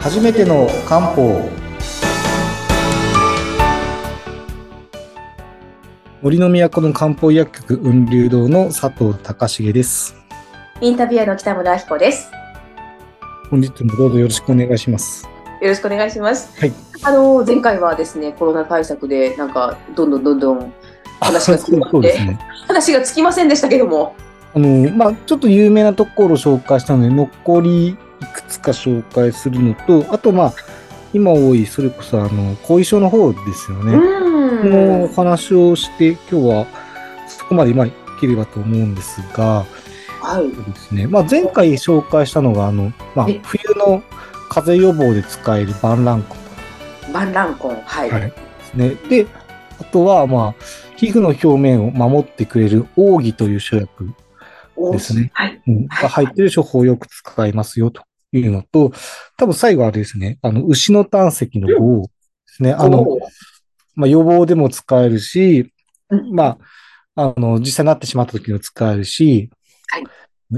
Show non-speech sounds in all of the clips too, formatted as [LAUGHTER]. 初めての漢方森の都の漢方薬局雲流堂の佐藤隆重ですインタビュアーの北村明子です。本日もどうぞよろしくお願いしますよろしくお願いします。はい。あの前回はですね、コロナ対策でなんかどんどんどんどん話がそ進うまってそうですね話がつきませんでしたけども、あのまあちょっと有名なところを紹介したので残りいくつか紹介するのとあとまあ今多いそれこそあの後遺症の方ですよね、うーのおん。話をして、今日はそこまで今いければと思うんですが、はい。そうですねまあ、前回紹介したのが、あのまあ、え冬の風邪予防で使えるバンランコバンランコン、はい。はいですね。で、あとは、まあ、皮膚の表面を守ってくれる奥義という生薬おですねはい。うんが入っている処方をよく使いますよというのと、多分最後あれですね、あの牛の胆石の方をですね、あのおーまあ、予防でも使えるし、 [LAUGHS] うんまあ、あの、実際になってしまった時にも使えるし、はい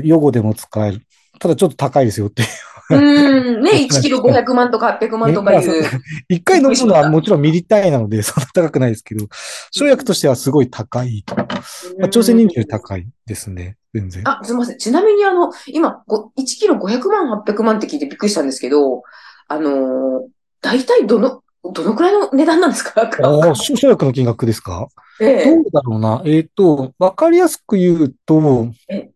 予後でも使える。ただちょっと高いですよって。うーん。ね、1キロ500万とか800万とかいねうま。一回飲むのはもちろんミリ単位なので、そんな高くないですけど、生薬としてはすごい高い。まあ、朝鮮人気より高いですね。全然。あ、すみません。ちなみにあの、今、ご1キロ500万、800万って聞いてびっくりしたんですけど、あのー大体どの、どのくらいの値段なんですかああ、生薬の金額ですかえどえうだろうな。えっ、と、わかりやすく言うとえ、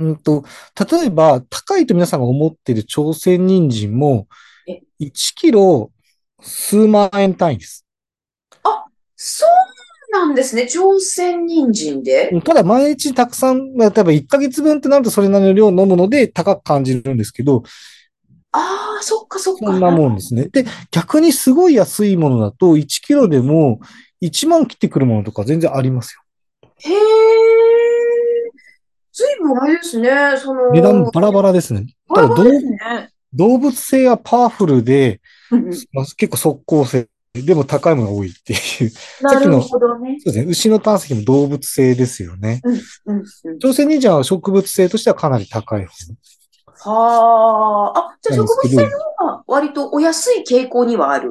うんと、例えば、高いと皆さんが思っている朝鮮人参もえ、 1キロ数万円単位です。そうなんですね。朝鮮人参で。ただ、毎日たくさん、まあ例えば1ヶ月分ってなるとそれなりの量を飲むので高く感じるんですけど、ああ、そっかそっか。そんなもんですね。で、逆にすごい安いものだと、1キロでも1万切ってくるものとか全然ありますよ。へえ。ずいぶんあれですね。その、値段バラバラですね。バラバたラだですね。動物性はパワフルで、うんうんまあ、結構即効性。でも高いものが多いっていう。 [LAUGHS] そうなるほどね。ですね。牛の胆石も動物性ですよね。うんうん朝鮮人参は植物性としてはかなり高い方。はあ。あ、じゃなあ植んです物け性どの方が割とお安い傾向にはある。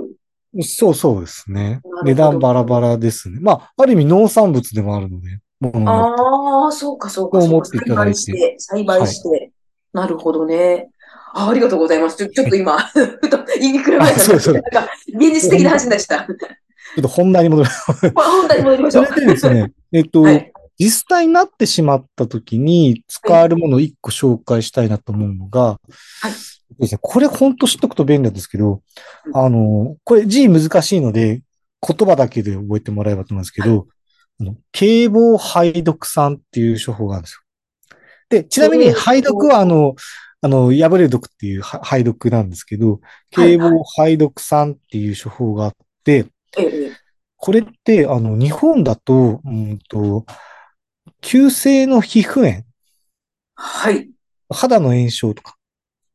そうそうですねほ。ど値段バラバラですね。まあ、ある意味農産物でもあるので、ものによってああ、そうか、そうか。そうそ思うっていかただい栽培てして、栽培して。なるほどね。あありがとうございます。ちょちょっと今、ふと言いに比べたら、あそうそうなんか、現実的な話でした。ちょっと本題に戻 [LAUGHS] る。まあ本題に戻りましょ。そうれでですね、えっと、はい。実際になってしまった時に使えるものを一個紹介したいなと思うのが、はそいうですね、これ本当知っとくと便利なんですけど、うんあの、これ字難しいので、言葉だけで覚えてもらえばと思うんですけど、あの警棒排毒酸っていう処方があるんですよ。で、ちなみに警棒排毒はあの、あの、破れる毒っていうは排毒なんですけど、は警い棒排毒酸っていう処方があって、ええ、これって、あの、日本だと、うんと、急性の皮膚炎、はい。肌の炎症とか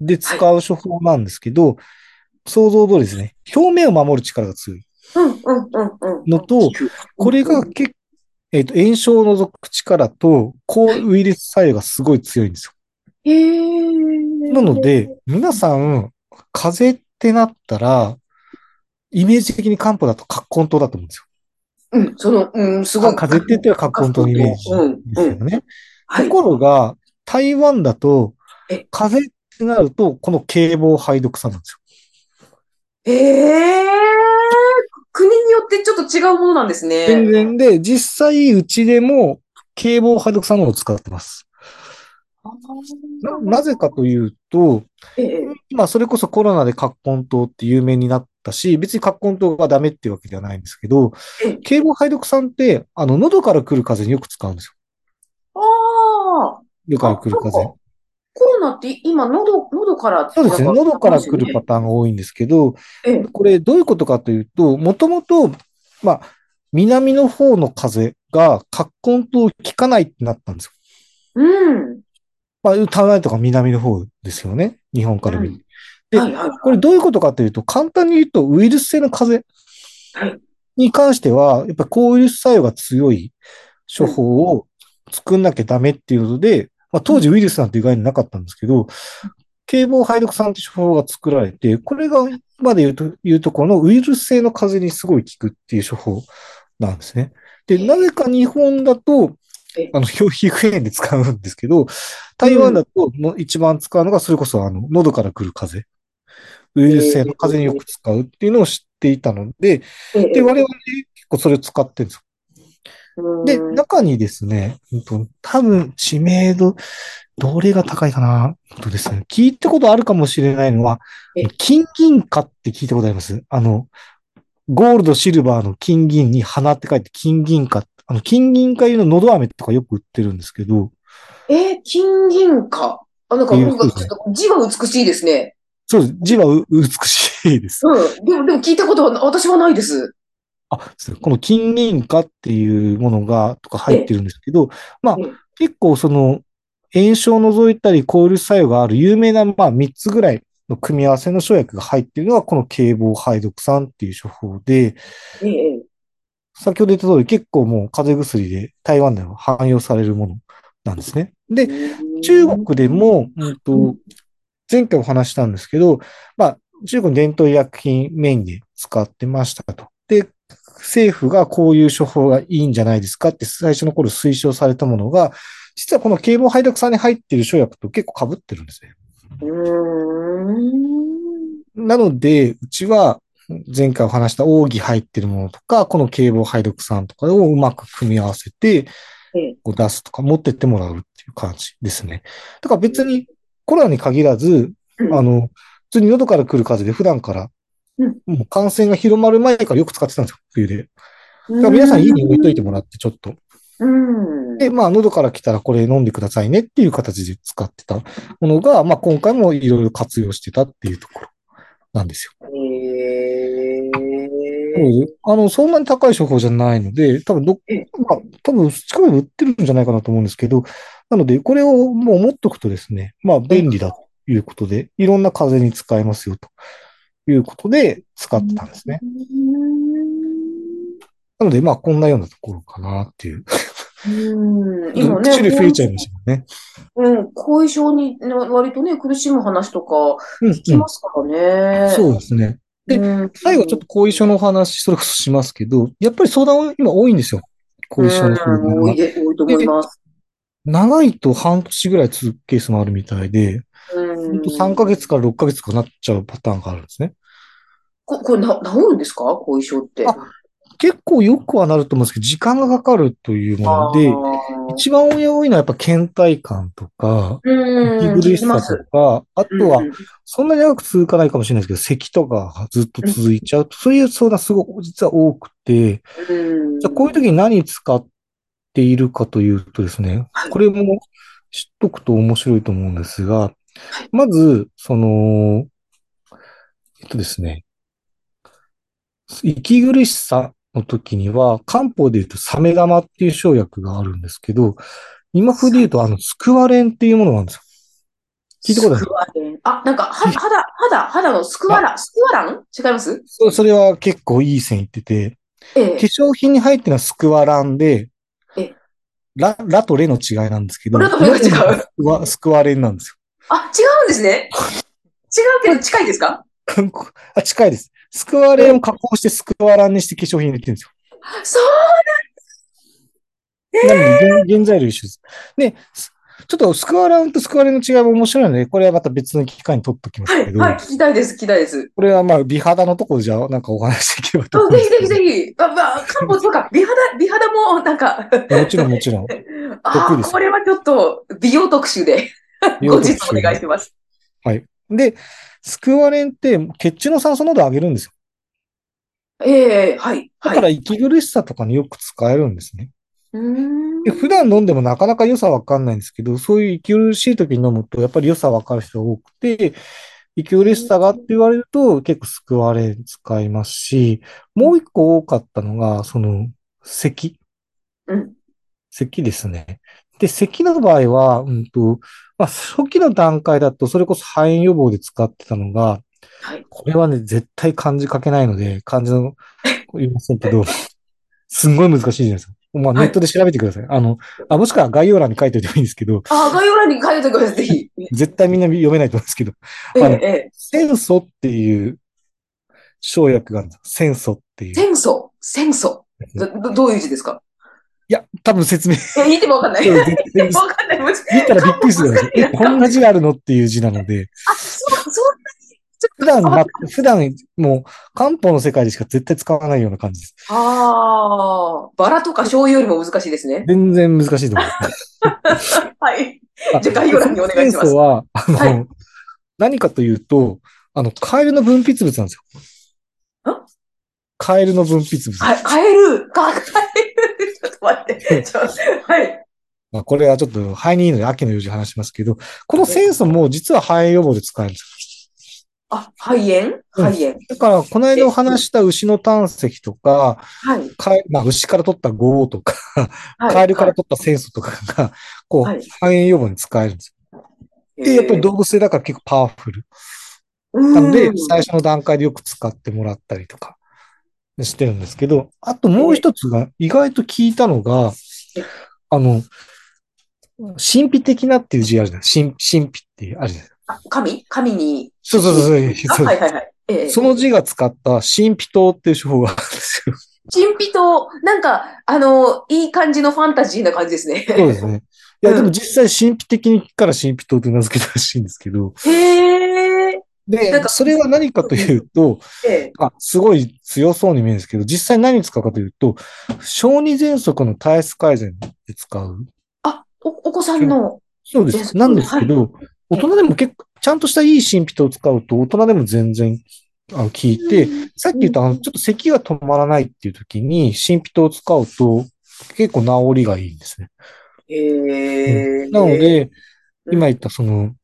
で使う処方なんですけど、想像通りですね。表面を守る力が強いうん、うん、うん、うん。のと、これが結えっ、と、炎症を除く力と、抗ウイルス作用がすごい強いんですよ。へえ。なので、皆さん、風邪ってなったら、イメージ的に漢方だと葛根湯だと思うんですよ。うん、その、うん、すごい。風邪って言ったら葛根湯のイメージですうん、うよん。ね。はいと。ころが、台湾だとえ、風邪ってなると、この警棒排毒さなんですええ。国によってちょっと違うものなんですよ。全ね。然で、実際、うちでも、警棒排毒さのを使ってます。ななぜかというと、ええ、今、それこそコロナで葛根糖って有名になったし、別に葛根糖がダメっていうわけではないんですけどええ、警棒排毒酸って、あの、喉から来る風邪によく使うんですよ。ああ。喉から来る風あそう邪か。コロナって今、喉、喉からそうですね。喉から来るパタターンが多いんですけど、ーン。ええこれどういうことかというと、もともと、まあ、南の方の風が、葛根と効かないってなったんですよ。うん。まあ、台湾とか南の方ですよね。日本から見る。ではいはい。これどういうことかというと、簡単に言うと、ウイルス性の風はいに関しては、やっぱり抗ウイルス作用が強い処方を作んなきゃダメっていうので、まあ、当時ウイルスなんて意外になかったんですけど、堤防排毒酸って処方が作られて、これが今で言うと、いうところのウイルス性の風邪にすごい効くっていう処方なんですね。で、なぜか日本だとえ、あの、表皮膚炎で使うんですけど、台湾だとの一番使うのが、それこそあの、喉から来る風邪。ウイルス性の風邪によく使うっていうのを知っていたので、ええで、我々結構それを使ってるんですようんで、中にですね、うんと多分知名度、どれが高いかなとですね、聞いたことあるかもしれないのはえ、金銀貨って聞いたことありますあの、ゴールド、シルバーの金銀に花って書いて金銀貨。あの、金銀貨入りののど飴とかよく売ってるんですけど、えー、金銀貨。あ、なんか、っていなうんか風ちょっと字が美しいですね。そうです。字はう美しいです。うん。でも、でも聞いたことは、私はないです。あ、そうこの金銀貨っていうものが、とか入ってるんですけど、まあええ、結構その、炎症を除いたり抗ウイルス作用がある有名な、まあ、3つぐらいの組み合わせの生薬が入っているのが、この警防排毒酸っていう処方で、ええ、先ほど言った通り結構もう風邪薬で台湾では汎用されるものなんですね。で、で中国でも、うんと、前回お話ししたんですけど、まあ、中国の伝統医薬品メインで使ってましたと。で、政府がこういう処方がいいんじゃないですかって最初の頃推奨されたものが、実はこの警防排毒酸に入っている生薬と結構被ってるんですね。うーん。なので、うちは前回お話した奥義入ってるものとか、この警防排毒酸とかをうまく組み合わせてええ、こう出すとか持ってってもらうっていう感じですね。だから別にコロナに限らず、うんあの、普通に喉から来る風邪で普段から、うんもう感染が広まる前からよく使ってたんですよ、冬で。だから皆さん家に置いといてもらって、ちょっと。うん。で、まあ、喉から来たらこれ飲んでくださいねっていう形で使ってたものが、まあ、今回もいろいろ活用してたっていうところなんですよ。えそうえ。ですあの、そんなに高い処方じゃないので、多分どっえ、まあ、多分近くで売ってるんじゃないかなと思うんですけど、なので、これをもう持っとくとですね、まあ、便利だということで、いろんな風邪に使えますよということで使ってたんですね。なので、まあ、こんなようなところかなっていう。うん。今ね、種類増えちゃいましたよね。うん、後遺症にね割とね、苦しむ話とかうん、聞きうますからん。ね。そうですね。でうん最後、ちょっと後遺症のお話、それこそしますけど、やっぱり相談今多いんですよ。後遺症の相う談ん多がい。で、多いと思います。長いと半年ぐらい続くケースもあるみたいで、うほんんと3ヶ月から6ヶ月とかなっちゃうパターンがあるんですね。こ、これな、治るんですか後遺症って。あ結構よくはなると思うんですけど、時間がかかるというもので、あー一番多いのはやっぱ倦怠感とか、息うん、苦し聞きまさとす。か、あうとんは、そんなに長く続かないかもしれないですけど、咳とかがずっと続いちゃうと、そういう相談すごく実は多くて、うんじゃあこういう時に何使っているかというとですねはい、これも知っとくと面白いと思うんですが、まず、その、えっとですね、息苦しさの時には、漢方で言うとサメ玉っていう生薬があるんですけど、今風で言うと、あの、スクワレンっていうものなんですよ。聞いたことあるスクワレンあ、なんか、は、肌、肌、肌のスクワラン、スクワラン違いますそそれは結構いい線いってて、え化え。粧品に入ってるのはスクワランでえ、ラ、ラとレの違いなんですけど、ラとレが違うスクワスクワレンなんですよ。あ、違うんですね。違うけど近いですか韓国 [LAUGHS] あ、近いです。スクワレンを加工してスクワランにして化粧品入れて [LAUGHS] るんですよ。そうなので原、原材料一緒です。で、すちょっとスクワランとスクワレンの違いも面白いので、これはまた別の機会に取っときまはすけい、ど、はい、聞きたいです、聞きたいです。これはまあ美肌のところじゃなんかお話しできればとあ思うんぜでひすぜけひど。ぜひ、あ、まあ、漢方とか、美肌、美肌も、なんか、もちろんもちろん。 [LAUGHS] あ得意であ、すこれはちょっと、美容特集で、後日お願いします。はい。で、スクワレンって血中の酸素濃度を上げるんですよ。ええ、はい、だはい。から息苦しさとかによく使えるんですね。うーんで普段飲んでもなかなか良さわかんないんですけど、そういう息苦しい時に飲むと、やっぱり良さわかる人が多くて、息苦しさがって言われると、結構救われ使いますし、もう一個多かったのが、その、咳。うん。咳ですね。で、咳の場合は、うんと、まあ、初期の段階だと、それこそ肺炎予防で使ってたのが、はいこれはね、絶対漢字書けないので、漢字の、言いませんけど、すんごい難しいじゃないですか。まあ、はネいットで調べてください。あの、あ、もしくは概要欄に書いておいてもいいんですけど、あ、概要欄に書いてください、ぜひ。絶対みんな読めないと思うんですけど、えあのえ、え戦争っていう生薬があるんです。戦争っていえ。う。い戦争、戦争。ど、どどういう字ですかや、多分 [LAUGHS] 説明え、言ってもわかんない。全言っ然てもわかんない。もし見たらびっくりするよね。え、こんな字があるのっていう字なので、あ、そう、そう。普段、ま、普段、もう、漢方の世界でしか絶対使わないような感じです。ああ、バラとか醤油よりも難しいです [LAUGHS] ね。全然難しいと思います。はい。 [LAUGHS] じゃあ概要欄にお願いします戦争は、あの、はい何かというと、あの、カエルの分泌物なんですよん。カエルの分泌物。か、カエル、か、カエル。ちょっと待って。ちょはい。まあ、これはちょっと肺にいいので秋の4時話しますけど、この戦争も実は肺炎予防で使えるんですよあ、肺炎肺炎。だから、この間お話した牛の胆石とか、はい。かえまあ、牛から取ったゴーとか、はい。カエルから取った戦争とかが、こう、はい肺炎予防に使えるんですよ。で、やっぱり動物性だから結構パワフル。物なので、最初の段階でよく使ってもらったりとかしてるんですけど、あともう一つが意外と聞いたのが、あの、神秘的なっていう字あるじゃない神神秘っていう、あるじゃない神神に。そうそうそうそうあ、そうはいはいはい。ええ。その字が使った神秘糖っていう手法があるんですよ。神秘と、なんか、あの、いい感じのファンタジーな感じですね。そうですね。いや、うんでも実際神秘的に聞くから神秘糖って名付けたらしいんですけど、へえ。なんで、かそれは何かというと、ええ。あ、すごい強そうに見えるんですけど、実際何に使うかというと、小児喘息の体質改善で使う。あ、お、お子さんの。そうです。なんですけど、大人でも結構、ちゃんとしたいい神秘糖を使うと、大人でも全然、あの、効いて、さっき言った、あの、ちょっと咳が止まらないっていう時に、神秘糖を使うと、結構治りがいいんですね。へえ。なので、うん今言ったその、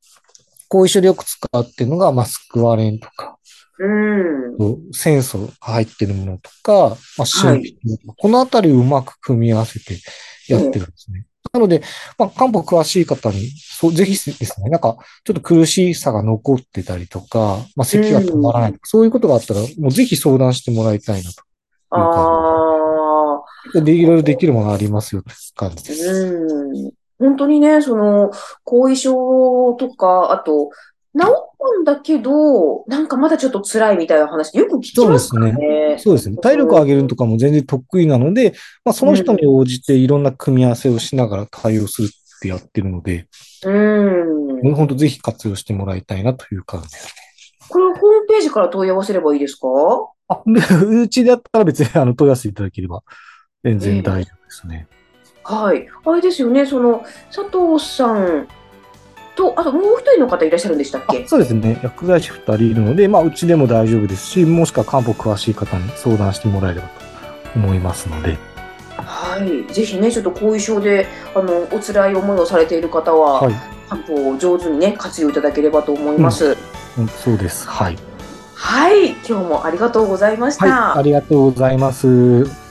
後遺症でよく使うっていうのが、まあ、スクワレンとか、うん。センソが入ってるものとか、まあ、はい神秘とか、このあたりをうまく組み合わせてやってるんですね。なので、まあ、漢方詳しい方に、そうぜひですね、なんか、ちょっと苦しさが残ってたりとか、まあ、咳が止まらないとか、そういうことがあったら、もうぜひ相談してもらいたいなああ。と。で、いろいろできるものありますよって感じです。うん。本当にね、その、後遺症とか、あと、治ったんだけど、なんかまだちょっと辛いみたいな話、よく聞きますからね。そうですね。体力を上げるのとかも全然得意なので、まあ、その人に応じていろんな組み合わせをしながら対応するってやってるので、うん。本当ぜひ活用してもらいたいなという感じです。これホームページから問い合わせればいいですかあ、でうちだったら別にあの問い合わせていただければ全然大丈夫ですね。はい。あれですよね、その、佐藤さんと、あともう一人の方いらっしゃるんでしたっけあそうですね。薬剤師2人いるので、まあ、うちでも大丈夫ですし、もしくは漢方詳しい方に相談してもらえればと思いますので、はい。ぜひね、ちょっと後遺症で、あの、お辛い思いをされている方は、はい。漢方を上手にね、活用いただければと思います。本当そうです。はい。はい、今日もありがとうございました。はい。ありがとうございます。